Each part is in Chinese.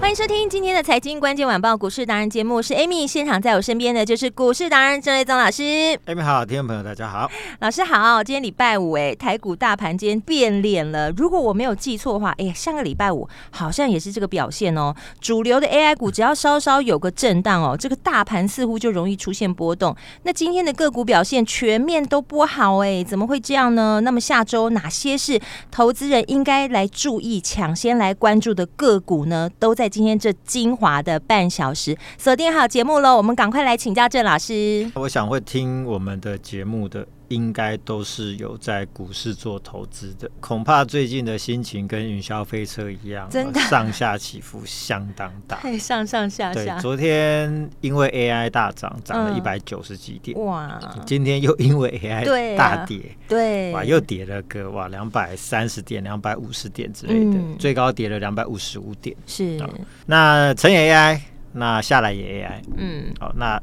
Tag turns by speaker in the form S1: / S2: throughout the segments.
S1: 欢迎收听今天的财经关键晚报股市达人节目，我是 Amy，现场在我身边的就是股市达人郑瑞宗老师。
S2: 艾米哎好，听众朋友大家好。
S1: 老师好，今天礼拜五哎，台股大盘今天变脸了。如果我没有记错的话，哎呀，上个礼拜五好像也是这个表现哦。主流的 AI 股只要稍稍有个震荡哦，这个大盘似乎就容易出现波动。那今天的个股表现全面都不好哎，怎么会这样呢？那么下周哪些是投资人应该来注意、抢先来关注的个股呢？都在今天这精华的半小时锁定好节目喽。我们赶快来请教郑老师。
S2: 我想会听我们的节目的，应该都是有在股市做投资的，恐怕最近的心情跟云霄飞车一样，
S1: 真的
S2: 呃上下起伏相当 大。
S1: 哎，上上下
S2: 对
S1: 下，，
S2: 昨天因为 AI 大涨，涨了
S1: 嗯
S2: 一百九十几点，
S1: 哇，
S2: 今天又因为
S1: 对啊
S2: AI 大跌，
S1: 对，
S2: 哇，又跌了个哇两百三十点、两百五十点之类的，
S1: 嗯
S2: 最高跌了两百五十五点。
S1: 是，
S2: 那成也 AI，那下来也 AI，
S1: 嗯，
S2: 好，那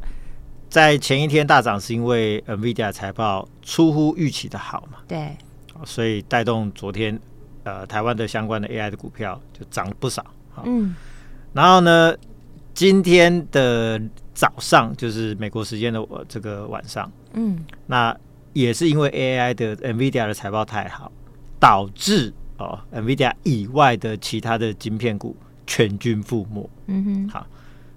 S2: 在前一天大涨是因为 NVIDIA 财报出乎预期的好嘛，
S1: 对，
S2: 好所以带动昨天呃台湾的相关的 AI 的股票就涨不少。好，
S1: 嗯，
S2: 然后呢，今天的早上就是美国时间的呃这个晚上，
S1: 嗯，
S2: 那也是因为 AI 的 NVIDIA 的财报太好，导致哦 NVIDIA 以外的其他的晶片股全军覆没。
S1: 嗯哼，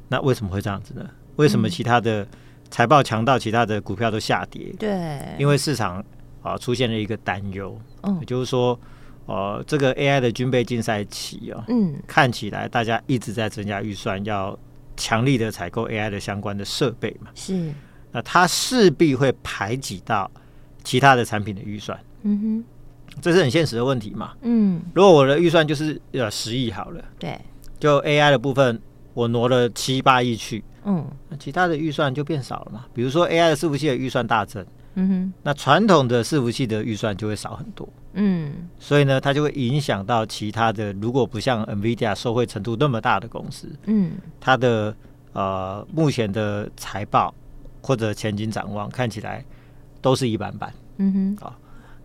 S2: 那为什么会这样子呢？为
S1: 嗯
S2: 什么其他的财报强到其他的股票都下跌？
S1: 对，
S2: 因为市场啊、出现了一个担忧，
S1: 嗯
S2: 也就是说，呃，这个 AI 的军备竞赛期啊、
S1: 嗯，
S2: 看起来大家一直在增加预算，要强力的采购 AI 的相关的设备嘛，
S1: 是，
S2: 那它势必会排挤到其他的产品的预算，
S1: 嗯
S2: 这是很现实的问题嘛
S1: 哼，。嗯，
S2: 如果我的预算就是呃十亿好了，
S1: 对，
S2: 就 AI 的部分我挪了七八亿去，
S1: 嗯，
S2: 那其他的预算就变少了嘛。比如说 AI 的伺服器的预算大增，
S1: 嗯
S2: 那传统的伺服器的预算就会少很多，
S1: 哼，嗯，
S2: 所以呢，它就会影响到其他的，如果不像 NVIDIA 受惠程度那么大的公司，
S1: 嗯，
S2: 它的呃目前的财报或者前景展望看起来都是一般般。
S1: 嗯哼，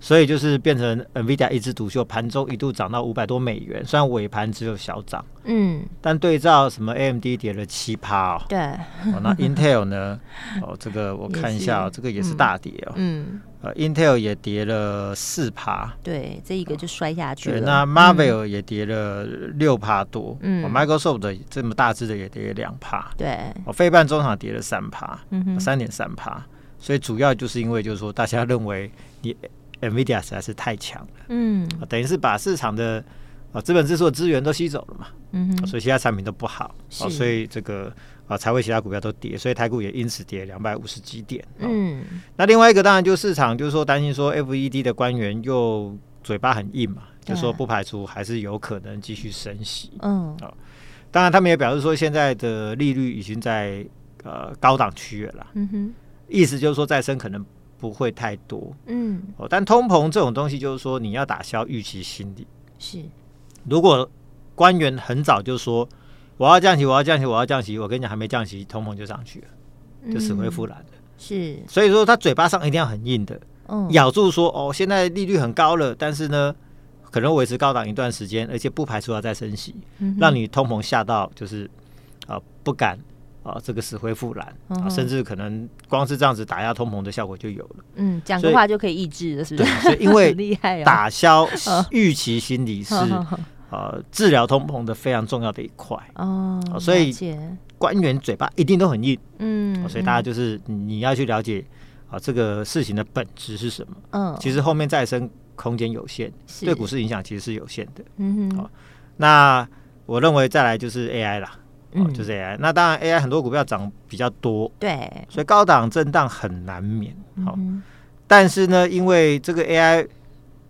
S2: 所以就是变成 NVIDIA 一枝独秀，盘中一度涨到五百多美元，虽然尾盘只有小涨，
S1: 嗯，
S2: 但对照什么 AMD 跌了七趴哦，
S1: 对，
S2: 哦， 那 Intel 呢？哦，这个我看一下、
S1: 也
S2: 哦，
S1: 是
S2: 这个也是大跌哦。
S1: 嗯，
S2: 呃，Intel 也跌了四趴，
S1: 对，这一个就摔下去
S2: 对，
S1: 了。
S2: 那 Marvel 也跌了六趴多，
S1: 嗯
S2: 哦，Microsoft 的这么大只的也跌两趴，
S1: 对，
S2: 哦，费半中场跌了三趴，
S1: 嗯哼，
S2: 三点三趴，所以主要就是因为就是说大家认为你 NVIDIA 实在是太强了，
S1: 嗯，
S2: 哦等于是把市场的啊资本指数的资源都吸走了嘛，哦
S1: 嗯哼，
S2: 所以其他产品都不好，
S1: 是
S2: 哦，所以这个啊才会其他股票都跌，所以台股也因此跌两百五十几点。哦、
S1: 嗯，
S2: 那另外一个当然就是市场就是说担心说 FED 的官员又嘴巴很硬嘛，就说
S1: 对
S2: 不排除还是有可能继续升息。
S1: 嗯，
S2: 当然他们也表示说现在的利率已经在呃高档区了啦，
S1: 嗯哼，
S2: 意思就是说再升可能不会太多
S1: 嗯，
S2: 哦。但通膨这种东西就是说你要打消预期心理，
S1: 是，
S2: 如果官员很早就说我要降息，我要降息，我要降息，我跟你讲，还没降息，通膨就上去了，就死
S1: 嗯
S2: 灰复燃了。
S1: 是，
S2: 所以说他嘴巴上一定要很硬的，
S1: 嗯，
S2: 咬住说哦，现在利率很高了，但是呢，可能维持高档一段时间，而且不排除要再升息，
S1: 嗯
S2: 让你通膨吓到就是啊、呃不敢啊、这个死灰复燃
S1: 嗯
S2: 啊，
S1: 哼
S2: 甚至可能光是这样子打压通膨的效果就有了。
S1: 嗯，讲个话就可以抑制了，是不
S2: 对
S1: 是？，
S2: 所以因 为
S1: 很厉害哦，
S2: 打消
S1: 嗯
S2: 预期心理是呃治疗通膨的非常重要的一块。
S1: 哦，
S2: 好所以
S1: 了解
S2: 官员嘴巴一定都很硬，
S1: 嗯，
S2: 所以大家就是你要去了解啊这个事情的本质是什么。
S1: 嗯，
S2: 其实后面再生空间有限，
S1: 实
S2: 对股市影响其实是有限的。
S1: 嗯哼，
S2: 那我认为再来就是 AI 啦。哦
S1: 嗯，
S2: 就是 AI。那当然 AI 很多股票涨比较多，
S1: 对，
S2: 所以高档震荡很难免。好、
S1: 嗯
S2: 但是呢，因为这个 AI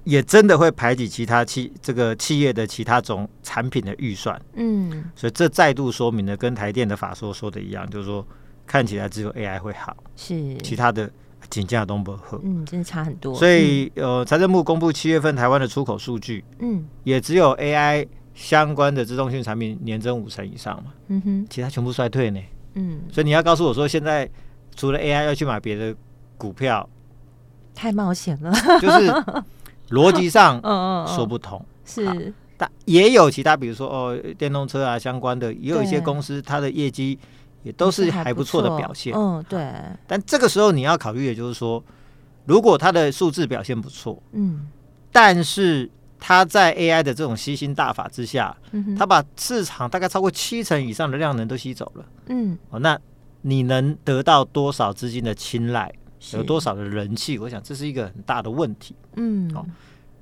S2: 也真的会排挤其他企这个企业的其他种产品的预算，
S1: 嗯，
S2: 所以这再度说明了跟台电的法说说的一样，就是说看起来只有 AI 会好，
S1: 是，
S2: 其他的紧价都不合。
S1: 嗯，真的差很多，
S2: 所以呃，财政部公布七月份台湾的出口数据，
S1: 嗯，
S2: 也只有 AI 相关的自动性产品年增五成以上嘛，
S1: 嗯嗯哼，
S2: 其他全部衰退呢。
S1: 嗯，
S2: 所以你要告诉我说，现在除了 AI 要去买别的股 票，
S1: 太冒险 了，
S2: 就是逻辑 上
S1: 嗯嗯，
S2: 说不通。好
S1: 是，
S2: 但也有其他，比如说哦，电动车啊相关的，也有一些
S1: 对
S2: 公司它的业绩也都是还不错的表现。
S1: 嗯，对，
S2: 但这个时候你要考虑的就是说，如果它的数字表现不错，
S1: 嗯
S2: 但是它在 AI 的这种吸星大法之下，
S1: 嗯哼，
S2: 它把市场大概超过七成以上的量能都吸走了，
S1: 嗯
S2: 哦，那你能得到多少资金的青睐，有
S1: 是
S2: 多少的人气？我想这是一个很大的问题。
S1: 嗯，
S2: 好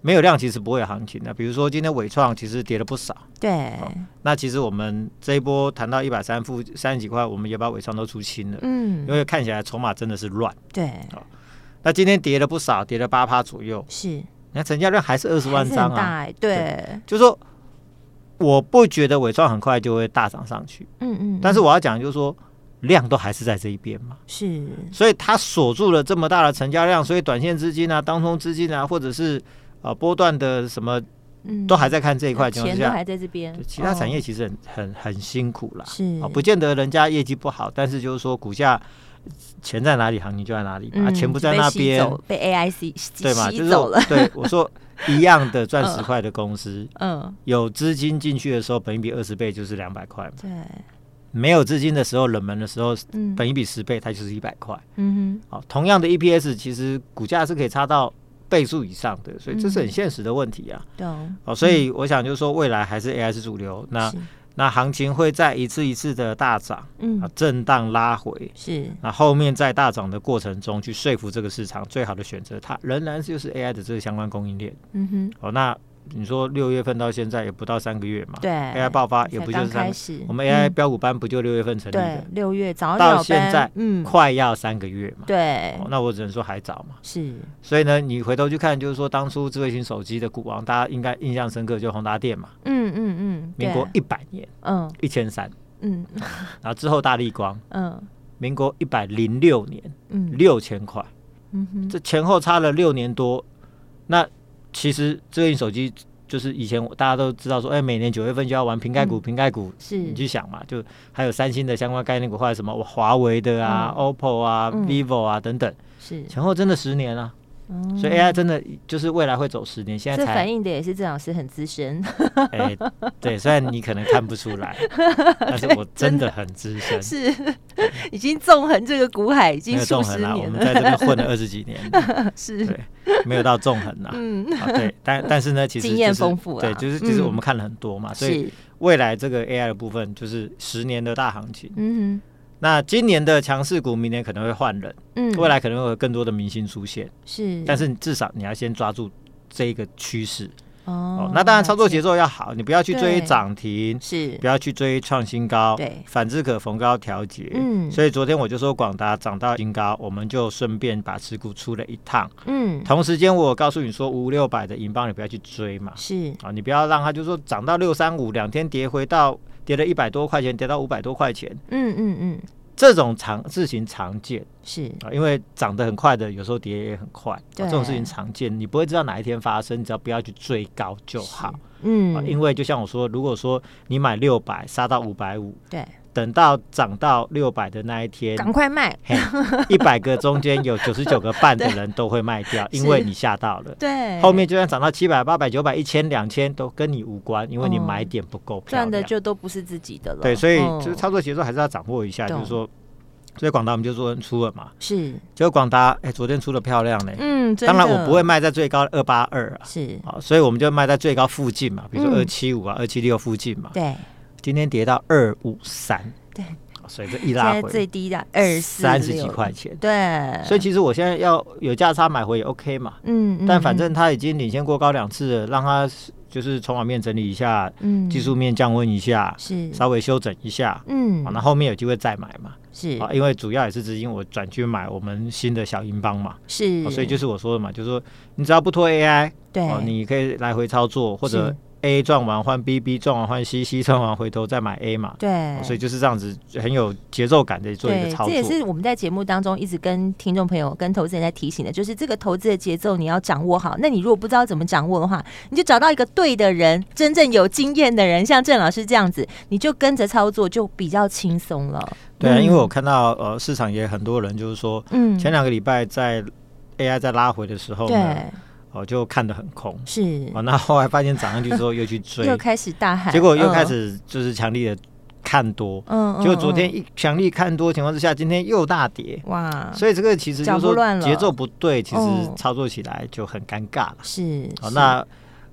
S2: 没有量其实不会有行情的，啊比如说今天伟创其实跌了不少。
S1: 对，
S2: 那其实我们这一波谈到一百三负三十几块，我们也把尾上都出清了，因
S1: 嗯，
S2: 为看起来筹码真的是乱。
S1: 对，
S2: 那今天跌了不少，跌了八趴左右，
S1: 是，
S2: 那成交量还是二十
S1: 还
S2: 万
S1: 是
S2: 张
S1: 很大
S2: 啊，
S1: 哎，对，
S2: 就是说我不觉得尾创很快就会大涨上去，
S1: 嗯嗯，
S2: 但是
S1: 嗯
S2: 我要讲就是说量都还是在这一边嘛，
S1: 是，
S2: 所以它锁住了这么大的成交量，所以短线资金啊、当冲资金啊，或者是呃波段的什么
S1: 嗯，
S2: 都还在看这一块情况
S1: 钱
S2: 之
S1: 都
S2: 下，
S1: 还在这边
S2: 对，其他产业
S1: 哦
S2: 其实很、很很辛苦啦，
S1: 是
S2: 啊，不见得人家业绩不好，但是就是说股价钱在哪里，行情就在哪里嘛，啊，
S1: 嗯
S2: 钱不
S1: 就
S2: 在
S1: 被
S2: 那
S1: 吸
S2: 边，
S1: 走被 AI 吸吸
S2: 对嘛？就
S1: 吸
S2: 是
S1: 走
S2: 我
S1: 了，
S2: 对我说一样的赚十
S1: 嗯
S2: 块的公司，
S1: 嗯，
S2: 有资金进去的时候，本一比二十倍就是两百块嘛；
S1: 对，
S2: 没有资金的时候，冷门的时候，
S1: 嗯
S2: 本一比十倍它就是一百块。
S1: 嗯
S2: 好、同样的 EPS，其实股价是可以差到倍数以上的，所以这是很
S1: 嗯
S2: 现实的问题啊。
S1: 哼，懂，
S2: 哦，所以我想就是说，未来还是 AI 是主流，那
S1: 是
S2: 那行情会在一次一次的大涨啊
S1: 嗯，
S2: 震荡拉回，
S1: 是，
S2: 那后面在大涨的过程中去说服这个市场，最好的选择它仍然就是 AI 的这个相关供应链。
S1: 嗯哼，
S2: 哦，那你说六月份到现在也不到三个月嘛，
S1: 对
S2: ，AI 爆发也
S1: 才
S2: 不就是
S1: 刚
S2: 三
S1: 开
S2: 个，
S1: 始，
S2: 我们
S1: 嗯
S2: AI 标股班不就六月份成立
S1: 对
S2: 的，，
S1: 六月早上
S2: 到
S1: 早
S2: 现
S1: 班
S2: 在
S1: 嗯，
S2: 快要三个月嘛。
S1: 对
S2: 哦，，那我只能说还早嘛。
S1: 是，
S2: 所以呢，你回头去看，就是说当初智慧型手机的股王，大家应该印象深刻，就宏达电嘛，
S1: 嗯嗯嗯，
S2: 民
S1: 对
S2: 国，一百年
S1: 嗯
S2: 一千三，
S1: 嗯
S2: 然后之后大力光，
S1: 嗯
S2: 民国一百零六年
S1: 嗯
S2: 六千块，
S1: 嗯哼，
S2: 这前后差了六年多。那其实智慧型手机就是以前我大家都知道说，哎，每年九月份就要玩瓶盖股，
S1: 嗯
S2: 瓶盖股。你
S1: 是，
S2: 去想嘛，就还有三星的相关概念股，或者什么华为的啊、
S1: 嗯
S2: OPPO 啊、
S1: 嗯
S2: vivo 啊等等，
S1: 是，
S2: 前后真的十年啊，
S1: 嗯
S2: 所以 AI 真的就是未来会走十年，现在
S1: 这
S2: 才
S1: 反映的也是郑老师很资深，
S2: 哎、对，虽然你可能看不 出来，但是我真的很资深，
S1: 是已经纵横这个股海已经
S2: 没有
S1: 数
S2: 纵
S1: 十
S2: 横啦，我
S1: 年
S2: 们
S1: 了，
S2: 在这边混了二十几 年，
S1: 是，
S2: 对，没有到纵横啦。
S1: 嗯，
S2: 啊，对，但但是呢，其实、就是、
S1: 经验丰富啊
S2: 对，就是就是
S1: 嗯
S2: 我们看了很多嘛，所以
S1: 是，
S2: 未来这个 AI 的部分就是十年的大行情。
S1: 嗯
S2: 那今年的强势股，明年可能会换人，
S1: 哼，嗯，
S2: 未来可能会有更多的明星出现，
S1: 是，
S2: 但是至少你要先抓住这一个趋势
S1: 哦
S2: 哦。那当然，操作
S1: 节
S2: 节奏要好，你不要去追
S1: 对
S2: 涨停，
S1: 是
S2: 不，要去追创新高，
S1: 对
S2: 反之可逢高调节。
S1: 嗯
S2: 所以昨天我就说广达涨到新高，我们就顺便把持股出了一趟。
S1: 嗯，
S2: 同时间，我有告诉你说，五六百的银邦你不要去追嘛，
S1: 是，
S2: 啊，你不要让它就说涨到六三五，两天跌回到跌了一百多块钱，跌到五百多块钱，
S1: 嗯嗯嗯，
S2: 这种常事情常见
S1: 是，
S2: 啊，因为涨得很快的，有时候跌也很快，啊
S1: 对
S2: 这种事情常见，你不会知道哪一天发生，你只要不要去追高就好。啊，
S1: 嗯，
S2: 因为就像我说，如果说你买六百杀到五百五，
S1: 对，
S2: 等到涨到六百的那一天，
S1: 赶快卖，
S2: 一百个中间有九十九个半的人都会卖掉，因为你吓到了。
S1: 对，
S2: 后面就算涨到七百、八百、九百、一千、两千，都跟你无关，因为你
S1: 嗯
S2: 买点不够漂
S1: 赚的
S2: 亮。
S1: 就都不是自己的了，
S2: 对，所以
S1: 嗯
S2: 就是操作节奏还是要掌握一下，就
S1: 懂
S2: 是说，所以广达我们就昨天出了嘛，
S1: 是，
S2: 结果广达哎昨天出的漂亮嘞，
S1: 嗯，真
S2: 当然我
S1: 的
S2: 不会卖在最高二八二啊，
S1: 是，
S2: 好，所以我们就卖在最高附近嘛，比如说
S1: 嗯
S2: 二七五啊、二七六附近嘛，
S1: 对，
S2: 今天跌到二五三，
S1: 对
S2: 好，所以这一
S1: 现
S2: 拉
S1: 在最
S2: 回
S1: 低的二
S2: 三十几块，钱，
S1: 对，
S2: 所以其实我现在要有价差买回也 OK 嘛，
S1: 嗯，嗯
S2: 但反正它已经领先过高两次了，让它就是筹码面整理一下，
S1: 嗯
S2: 技术面降温一下，
S1: 是，
S2: 稍微休整一下，啊
S1: 嗯
S2: 好，那后面有机会再买嘛，
S1: 是
S2: 啊，因为主要也是资金我转去买我们新的小英镑嘛，
S1: 是、
S2: 啊所以就是我说的嘛，就是说你只要不拖 AI，
S1: 对，
S2: 哦，你可以来回操作，或者
S1: 是
S2: A 赚完换 B，B 赚完换 C，C 赚完回头再买 A 嘛，
S1: 对
S2: 哦，所以就是这样子很有节奏感的做一个
S1: 哎对，
S2: 操
S1: 这
S2: 作
S1: 也。是我们在节目当中一直跟听众朋友、跟投资人在提醒的，就是这个投资的节奏你要掌握好。那你如果不知道怎么掌握的话，你就找到一个对的人，真正有经验的人，像郑老师这样子，你就跟着操作就比较轻松了。
S2: 对啊，
S1: 嗯
S2: 因为我看到呃市场也很多人就是说，
S1: 嗯
S2: 前两个礼拜在 AI 在拉回的时候呢，
S1: 对，
S2: 哦就看得很空，
S1: 是
S2: 哦那后来发现涨上去之后 又去追
S1: 又，开始大喊，
S2: 结果又
S1: 嗯
S2: 开，始就是强力的看多，
S1: 嗯
S2: 结果昨天
S1: 嗯
S2: 一强力看多的情况之下，今天又大跌。
S1: 哇，
S2: 所以这个其实就是
S1: 嗯脚步乱
S2: 说
S1: 了
S2: 节奏不对，其实
S1: 哦
S2: 操作起来就很尴尬了。
S1: 是嗯
S2: 好，
S1: 是
S2: 那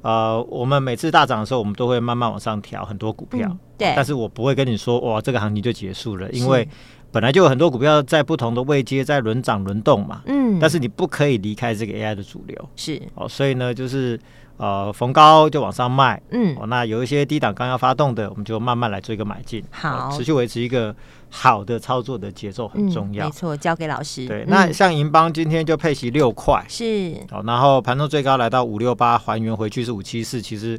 S2: 呃，我们每次大涨的时候，我们都会慢慢往上调很多股票，
S1: 嗯对，
S2: 但
S1: 是
S2: 是我不会跟你说哇，这个行情就结束了，因为本来就有很多股票在不同的位阶在轮涨轮动嘛。
S1: 嗯，
S2: 但是你不可以离开这个 AI 的主流
S1: 是
S2: 哦，所以呢，就是呃逢高就往上卖
S1: 嗯
S2: 哦，那有一些低档刚要发动的，我们就慢慢来做一个买进，
S1: 好
S2: 哦持续维持一个好的操作的节奏很
S1: 嗯
S2: 重要
S1: 没。错，交给老师。
S2: 对，
S1: 嗯
S2: 那像银邦今天就配息六块，
S1: 是
S2: 好，然后盘中最高来到五六八，还原回去是五七四，其实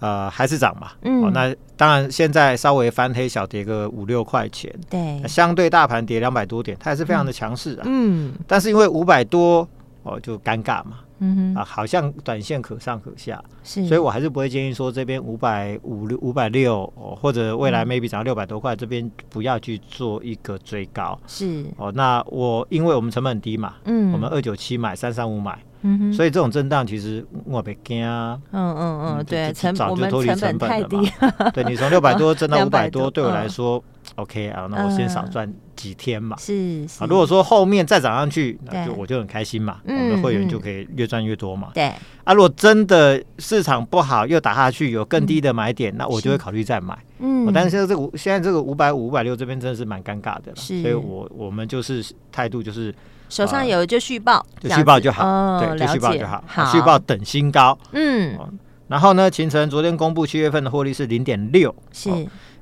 S2: 呃还是涨嘛。
S1: 嗯
S2: 哦，那当然现在稍微翻黑，小跌个五六块钱，
S1: 对
S2: 那，相对大盘跌两百多点，它还是非常的强势啊。
S1: 嗯
S2: 但是因为五百多哦就尴尬嘛，
S1: 嗯哼，
S2: 啊，好像短线可上可下，
S1: 是，
S2: 所以我还是不会建议说这边五百五六五百六哦，或者未
S1: 嗯
S2: 来 maybe 涨到六百多块，这边不要去做一个追高。
S1: 是
S2: 哦，那我因为我们成本低嘛，
S1: 嗯
S2: 我们二九七买，三三五买。
S1: 嗯哼，
S2: 所以这种震荡其实我被惊啊，
S1: 嗯嗯嗯，
S2: 嗯
S1: 对，
S2: 就
S1: 成
S2: 早
S1: 我
S2: 就
S1: 们
S2: 脱离
S1: 成
S2: 成
S1: 本
S2: 本
S1: 太
S2: 了
S1: 低
S2: 嘛， 对你从六百多 震到五百
S1: 200多
S2: 多，对我
S1: 嗯
S2: 来说 OK 啊，那我先少
S1: 嗯
S2: 赚几天嘛。
S1: 是 是，
S2: 啊如果说后面再涨上去，那就
S1: 对
S2: 我就很开心嘛，我
S1: 嗯
S2: 们的会员
S1: 嗯
S2: 就可以越赚越多嘛。
S1: 对，
S2: 啊，如果真的市场不好又打下去，有更低的买点，那我就会考虑再买。
S1: 嗯
S2: 我但是现在这个五现在这个五百五、五百六这边真的是蛮尴尬的啦，
S1: 是
S2: 所以我我们就是态度就是
S1: 手上
S2: 呃
S1: 有就续报，这
S2: 就
S1: 样
S2: 续报
S1: 子
S2: 就好，
S1: 哦
S2: 对，就
S1: 了
S2: 续报
S1: 解
S2: 就好，啊
S1: 好，
S2: 续报，等新高。
S1: 嗯，
S2: 哦然后呢，秦晨昨天公布七月份的获利是零点六，哦
S1: 是，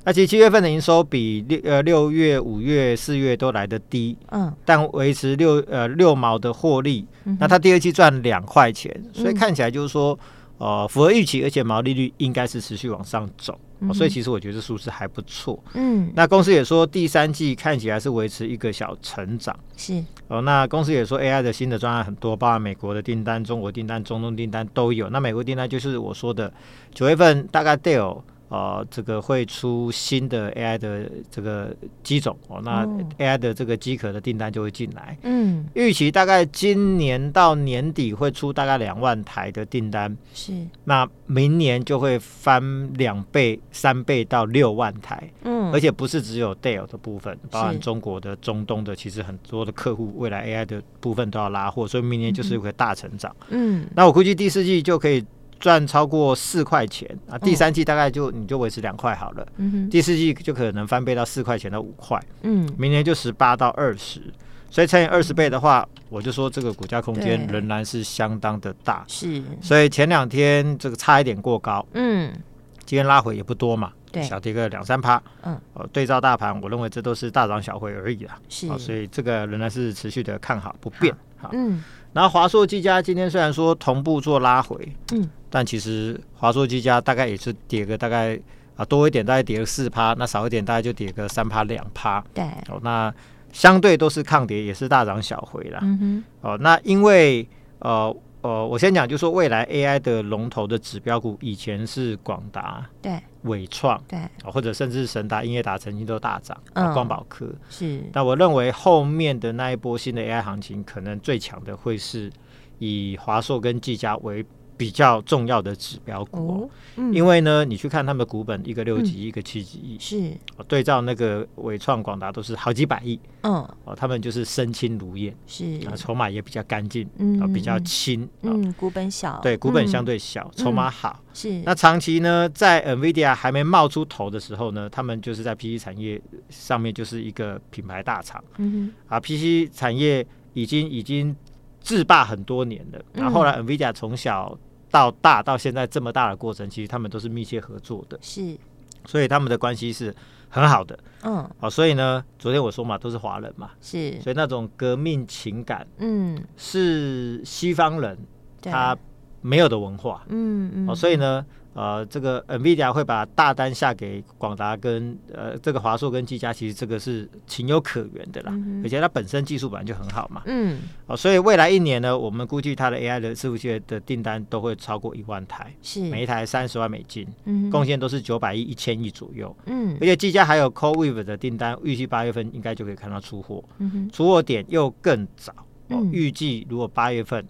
S2: 那其实七月份的营收比六呃六月、五月、四月都来得低，
S1: 嗯，
S2: 但维持六呃六毛的获利，
S1: 嗯
S2: 那
S1: 哼
S2: 它第二季赚两块钱，所以
S1: 嗯
S2: 看起来就是说。呃，符合预期，而且毛利率应该是持续往上走、
S1: 嗯
S2: 哦
S1: 哼
S2: 所以其实我觉得数字还不错。
S1: 嗯，
S2: 那公司也说第三季看起来是维持一个小成长
S1: 是，
S2: 哦。那公司也说 AI 的新的专案很多，包含美国的订单、中国订单、中东订单都有。那美国订单就是我说的九月份大概 Dell 呃这个会出新的 AI 的这个机种哦，那
S1: 哦
S2: AI 的这个机壳的订单就会进来。
S1: 嗯，
S2: 预期大概今年到年底会出大概两万台的订单，
S1: 是，
S2: 那明年就会翻两倍、三倍到六万台。
S1: 嗯，
S2: 而且不是只有 Dell 的部分，包
S1: 是
S2: 含中国的、中东的，其实很多的客户未来 AI 的部分都要拉货，所以明年就是会大成长。
S1: 嗯，
S2: 那我估计第四季就可以赚超过四块钱啊，第三季大概就、你就维持两块好了，
S1: 嗯哼，
S2: 第四季就可能翻倍到四块钱到五块，
S1: 嗯，
S2: 明年就十八到二十，所以乘以二十倍的话，我就说这个股价空间
S1: 对
S2: 仍然是相当的大。
S1: 是，
S2: 所以前两天这个差一点过高，
S1: 嗯，
S2: 今天拉回也不多嘛，
S1: 对
S2: 小跌个两三趴，
S1: 嗯，
S2: 呃，对照大盘，我认为这都是大涨小回而已啦，
S1: 是
S2: 好，所以这个仍然是持续的看好不变，好，
S1: 嗯，
S2: 然后华硕技嘉今天虽然说同步做拉回，
S1: 嗯，
S2: 但其实华硕技嘉大概也是跌个大概啊多一点，大概跌个四趴，那少一点大概就跌个三趴两趴，
S1: 对，
S2: 哦，那相对都是抗跌，也是大涨小回啦，
S1: 嗯哼，
S2: 哦，那因为呃呃，我先讲，就说未来 AI 的龙头的指标股，以前是广达、
S1: 对
S2: 伟创、
S1: 对
S2: 哦，或者甚至神达、英业达曾经都大涨，
S1: 嗯
S2: 啊，光宝科。
S1: 是，
S2: 那我认为后面的那一波新的 AI 行情，可能最强的会是以华硕跟技嘉为比较重要的指标股、哦。
S1: 哦，嗯，
S2: 因
S1: 为
S2: 为呢，你去看他们的股本，一个六级，一个七级亿，
S1: 是，
S2: 哦对照那个伟创、广达都是好几百亿
S1: 嗯，
S2: 哦，他们就是身轻如燕，
S1: 是，
S2: 啊，筹码也比较干净，
S1: 嗯
S2: 啊，比较
S1: 嗯
S2: 轻，啊，
S1: 嗯，股本小，
S2: 对，股本相
S1: 嗯
S2: 对小，筹码好。
S1: 是，
S2: 那长期呢，在 NVIDIA 还没冒出头的时候呢，他们就是在 PC 产业上面就是一个品牌大厂
S1: 嗯
S2: 啊，PC 产业已经已经制霸很多年了。然后后来 NVIDIA 从小到大到现在这么大的过程，其实他们都是密切合作的，
S1: 是，
S2: 所以他们的关系是很好的。
S1: 嗯，
S2: 好、所以呢，昨天我说嘛，都是华人嘛，
S1: 是，
S2: 所以那种革命情感
S1: 嗯，
S2: 是西方人
S1: 对，
S2: 他没有的文化。
S1: 嗯嗯，
S2: 哦，所以呢，呃，这个 NVIDIA 会把大单下给广达跟呃这个华硕跟技嘉，其实这个是情有可原的啦，而且它本身技术本来就很好嘛。
S1: 嗯，
S2: 哦，所以未来一年呢，我们估计它的 AI 的伺服器的订单都会超过一万台，
S1: 是，
S2: 每一台三十万美金，
S1: 嗯哼
S2: 贡献都是九百亿、一千亿左右。
S1: 嗯
S2: 而且技嘉还有 CoWeave 的订单，预计八月份应该就可以看到出货，
S1: 嗯哼，
S2: 出货点又更早。哦
S1: 嗯，
S2: 预计如果八月份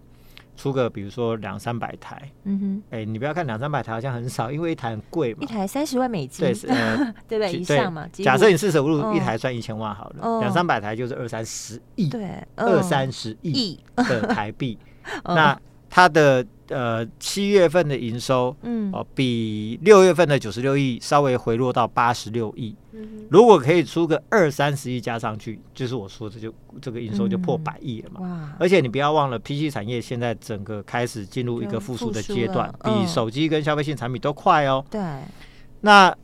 S2: 出个比如说两三百台，
S1: 嗯哼，
S2: 哎，你不要看两三百台好像很少，因为一台很贵嘛
S1: 一。台三十万美金
S2: 对，，是呃，
S1: 对不对？
S2: 其
S1: 以上嘛， 几
S2: 假
S1: 乎
S2: 设你四舍五入
S1: 嗯
S2: 一台算一千万好
S1: 嗯
S2: 了，两三百台就是二三十亿，
S1: 对
S2: 二
S1: 嗯
S2: 三十亿
S1: 亿，
S2: 的台币。
S1: 嗯
S2: 那它的呃七月份的营收
S1: 嗯
S2: 哦，比六月份的九十六亿稍微回落到八十六亿。
S1: 嗯
S2: 如果可以出个二三十亿加上去，就是我说的就这个营收就破
S1: 嗯
S2: 百亿了嘛。
S1: 哇，
S2: 而且你不要忘了，PC 产业现在整个开始进入一
S1: 就
S2: 个复苏
S1: 复
S2: 的
S1: 苏
S2: 阶段
S1: 了，嗯
S2: 比手机跟消费性产品都快哦。
S1: 对，
S2: 那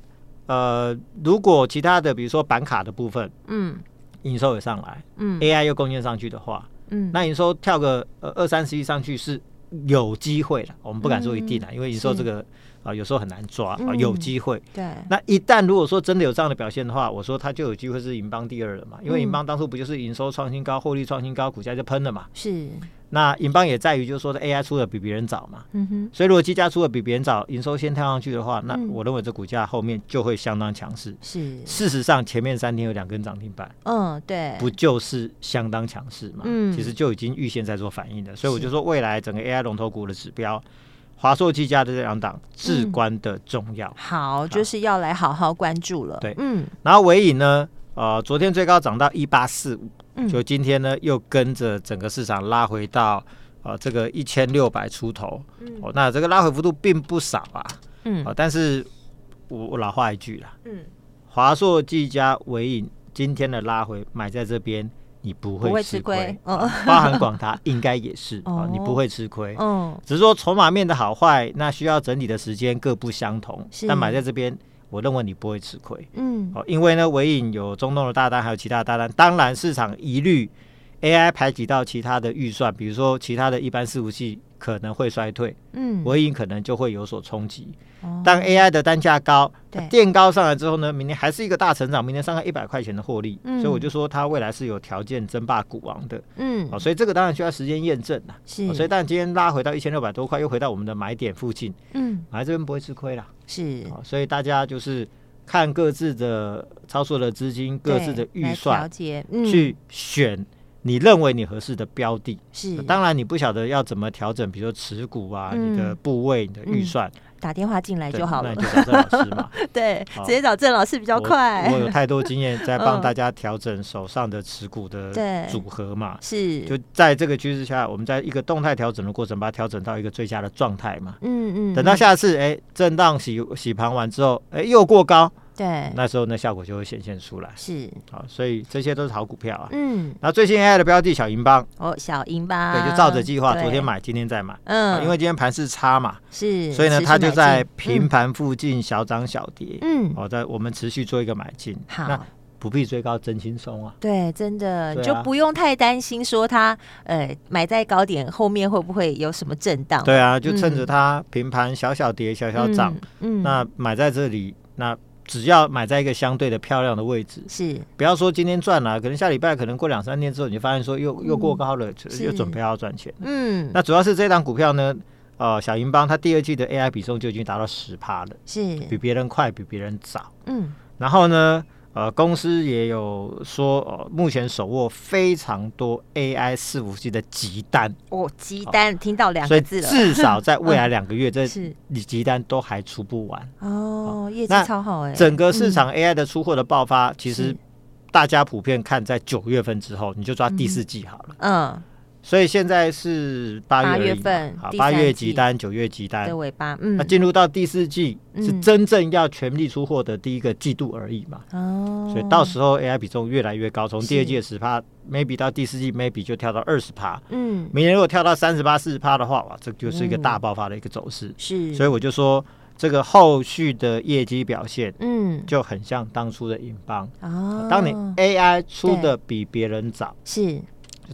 S2: 呃，如果其他的比如说板卡的部分
S1: 嗯
S2: 营收也上来
S1: 嗯
S2: ，AI 又贡献上去的话，
S1: 嗯，
S2: 那营收跳个呃二三十亿上去是有机会的。我们不敢说一定啊，因为营收
S1: 嗯是
S2: 这个啊、有时候很难抓啊、
S1: 嗯
S2: 有机会。
S1: 对，
S2: 那一旦如果说真的有这样的表现的话，我说它就有机会是银邦第二了嘛，因为
S1: 嗯
S2: 银邦当初不就是营收创新高、获利创新高，股价就喷了嘛。
S1: 是，
S2: 那银邦也在于就是说的 AI 出的比别人早嘛，
S1: 嗯哼，
S2: 所以如果技嘉出的比别人早，营收先跳上去的话，那
S1: 嗯
S2: 我认为这股价后面就会相当强势。
S1: 是，
S2: 事实上，前面三天有两根涨停板，
S1: 嗯，对，
S2: 不就是相当强势嘛？
S1: 嗯
S2: 其实就已经预先在做反应的，所以我
S1: 是
S2: 就说未来整个 AI 龙头股的指标，华硕、技嘉的这两档至关的重要。
S1: 嗯好，就是要来好好关注了。
S2: 对
S1: 嗯
S2: 然后尾影呢，呃，昨天最高涨到一八四五，
S1: 嗯
S2: 就今天呢又跟着整个市场拉回到呃这个一千六百出头，哦，那这个拉回幅度并不少啊，
S1: 嗯
S2: 哦，但是我我老话一句啦，
S1: 嗯，
S2: 华硕、技嘉、尾影今天的拉回买在这边。你
S1: 不
S2: 不
S1: 会
S2: 会
S1: 吃
S2: 吃
S1: 亏
S2: 亏，
S1: 嗯
S2: 哦包含广达应该也是
S1: 哦
S2: 哦，你不会吃亏，
S1: 嗯，
S2: 只是说筹码面的好坏，那需要整理的时间各不相同
S1: 是。
S2: 但买在这边，我认为你不会吃亏。
S1: 嗯，
S2: 哦，因为呢，微影有中东的大单，还有其他的大单，当然市场疑虑 AI 排挤到其他的预算，比如说其他的一般伺服器可能会衰退，
S1: 嗯，
S2: 微影可能就会有所冲击。
S1: 哦
S2: 当 AI 的单价高
S1: 对，
S2: 垫高上来之后呢，明年还是一个大成长，明年上看一百块钱的获利，
S1: 嗯
S2: 所以我就说它未来是有条件争霸股王的。
S1: 嗯
S2: 哦，所以这个当然需要时间验证啦。
S1: 是
S2: 哦，所以但今天拉回到一千六百多块，又回到我们的买点附近，
S1: 嗯
S2: 买这边不会吃亏啦。
S1: 是
S2: 好，所以大家就是看各自的操作的资金、各自的
S1: 对
S2: 预
S1: 来调
S2: 算
S1: 节，嗯
S2: 去选你认为你合适的标的。
S1: 是
S2: 当然，你不晓得要怎么调整，比如说持股啊、
S1: 嗯
S2: 你的部位、你的预算，
S1: 打电话进来
S2: 对
S1: 就好了
S2: 那。你就找郑老师嘛，
S1: 对，
S2: 好
S1: 直接找郑老师比较快
S2: 我。我。有太多经验在
S1: 嗯
S2: 帮大家调整手上的持股
S1: 对
S2: 的组合嘛。
S1: 是，
S2: 就在这个趋势下，我们在一个动态调整的过程，把它调整到一个最佳的状态嘛。
S1: 嗯嗯，
S2: 等到
S1: 嗯
S2: 下次哎、震荡洗洗盘完之后，哎、又过高，
S1: 对
S2: 那时候呢效果就会显现出来。
S1: 是，
S2: 好，所以这些都是好股票啊。
S1: 嗯，
S2: 那最新 AI 的标的小银邦，
S1: 哦，小银吧，
S2: 对，就照着计划，
S1: 啊对
S2: 昨天，买，今天再买。啊
S1: 嗯，
S2: 因为今天盘势差嘛，
S1: 是，
S2: 所以呢，
S1: 持续
S2: 它就
S1: 买
S2: 在
S1: 进
S2: 平，盘附近小涨小跌。
S1: 嗯，嗯
S2: 好在我们持续做一个买进。那
S1: 好。
S2: 不必追高，真轻松啊。
S1: 对，真的，你
S2: 对
S1: 就
S2: 啊
S1: 不用太担心说它，呃，买在高点后面会不会有什么震荡？
S2: 对啊，就趁着
S1: 嗯
S2: 它平盘小小跌、小小
S1: 嗯，
S2: 涨，
S1: 嗯，
S2: 那买在这里，那只要买在一个相对的漂亮的位置，
S1: 是，
S2: 不要说今天赚了，可能下礼拜，可能过两三天之后，你就发现说又又过高了，
S1: 嗯是
S2: 又准备要赚钱。
S1: 嗯，
S2: 那主要是这档股票呢，呃，小银邦它第二季的 AI 比重就已经达到十趴了，比
S1: 是，
S2: 别人快，比别人早。
S1: 嗯，
S2: 然后呢，呃，公司也有说，呃，目前手握非常多 AI 伺服器的集单，
S1: 哦，鸡蛋听到两
S2: 所
S1: 个
S2: 以
S1: 字了，嗯
S2: 至少在未来两个月，这
S1: 是
S2: 你集单都还出不完。
S1: 哦，业绩
S2: 那
S1: 超好哎，
S2: 整个市场 AI 的出货的爆发，其
S1: 是
S2: 实大家普遍看在九月份之后，你就抓第四季好了。
S1: 嗯，
S2: 所以现在是八
S1: 八
S2: 月
S1: 月
S2: 而已嘛
S1: 份
S2: 好，
S1: 第
S2: 八
S1: 三
S2: 月
S1: 季
S2: 集单，九月集单
S1: 的。尾巴，嗯
S2: 哎那，进入到第四季是
S1: 嗯
S2: 真正要全力出货的第一个季度而已嘛，
S1: 哦
S2: 所以到时候 AI 比重越来越高，从第二
S1: 是
S2: 季的十趴，maybe 到第四季 maybe 就跳到二十趴，
S1: 嗯
S2: 明年如果跳到三十八、四十趴的话，哇，这就是一个
S1: 嗯
S2: 大爆发的一个走势。
S1: 是，
S2: 所以我就说，这个后续的业绩表现
S1: 嗯
S2: 就很像当初的银邦，
S1: 哦，
S2: 当你 AI 出的比别人早，
S1: 是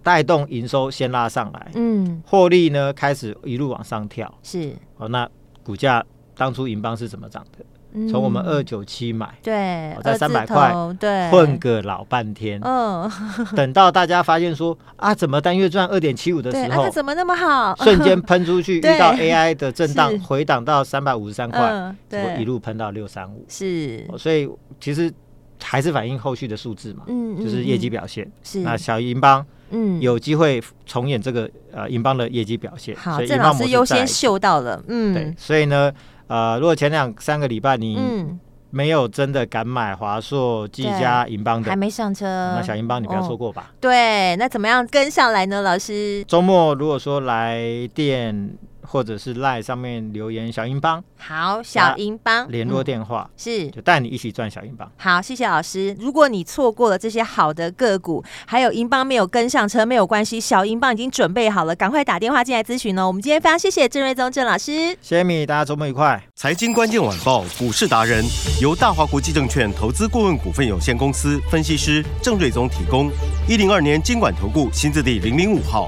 S2: 带动营收先拉上来，
S1: 嗯
S2: 获利呢开始一路往上跳。
S1: 是，
S2: 哦，那股价当初银邦是怎么涨的？
S1: 嗯
S2: 从我们二九七买，
S1: 对
S2: 哦在
S1: 二字
S2: 300块
S1: 头对
S2: 混个老半天，
S1: 嗯
S2: 等到大家发现说啊，怎么单月赚二点七五的
S1: 对
S2: 时
S1: 啊，它
S2: 候，
S1: 怎么 那么好？
S2: 瞬间喷出去，遇
S1: 对
S2: 到 AI 的震荡
S1: 是，
S2: 回档到三百五十三块，
S1: 嗯
S2: 结果
S1: 对
S2: 一路喷到六三五，
S1: 是
S2: 哦所以其实还是反映后续的数字嘛，
S1: 嗯
S2: 就是业绩表现。
S1: 是
S2: 那小银邦
S1: 嗯
S2: 有机会重演这个呃银邦的业绩表现，
S1: 好，
S2: 所以
S1: 郑
S2: 银
S1: 老
S2: 邦模
S1: 师
S2: 式
S1: 优
S2: 在
S1: 先嗅到了，
S2: 对
S1: 嗯，
S2: 所以呢，呃，如果前两三个礼拜你
S1: 嗯，
S2: 没有真的敢买华硕、技嘉、银邦的
S1: 还，没上车，
S2: 那小银邦你不要
S1: 哦
S2: 错过吧。
S1: 对，那怎么样跟上来呢？老师，
S2: 周末如果说来电或者是 Line 上面留言小银邦
S1: 好，小银邦
S2: 联
S1: 嗯
S2: 络电话，
S1: 是
S2: 就带你一起赚小银邦。
S1: 好，谢谢老师。如果你错过了这些好的个股，还有银邦没有跟上车，没有关系，小银邦已经准备好了，赶快打电话进来咨询哦。我们今天非常谢谢郑瑞宗郑老师。
S2: 谢谢米，大家周末愉快。
S3: 财经关键晚报股市达人由大华国际证券投资顾问股份有限公司分析师郑瑞宗提供。一零二年经管投顾新字第零零五号。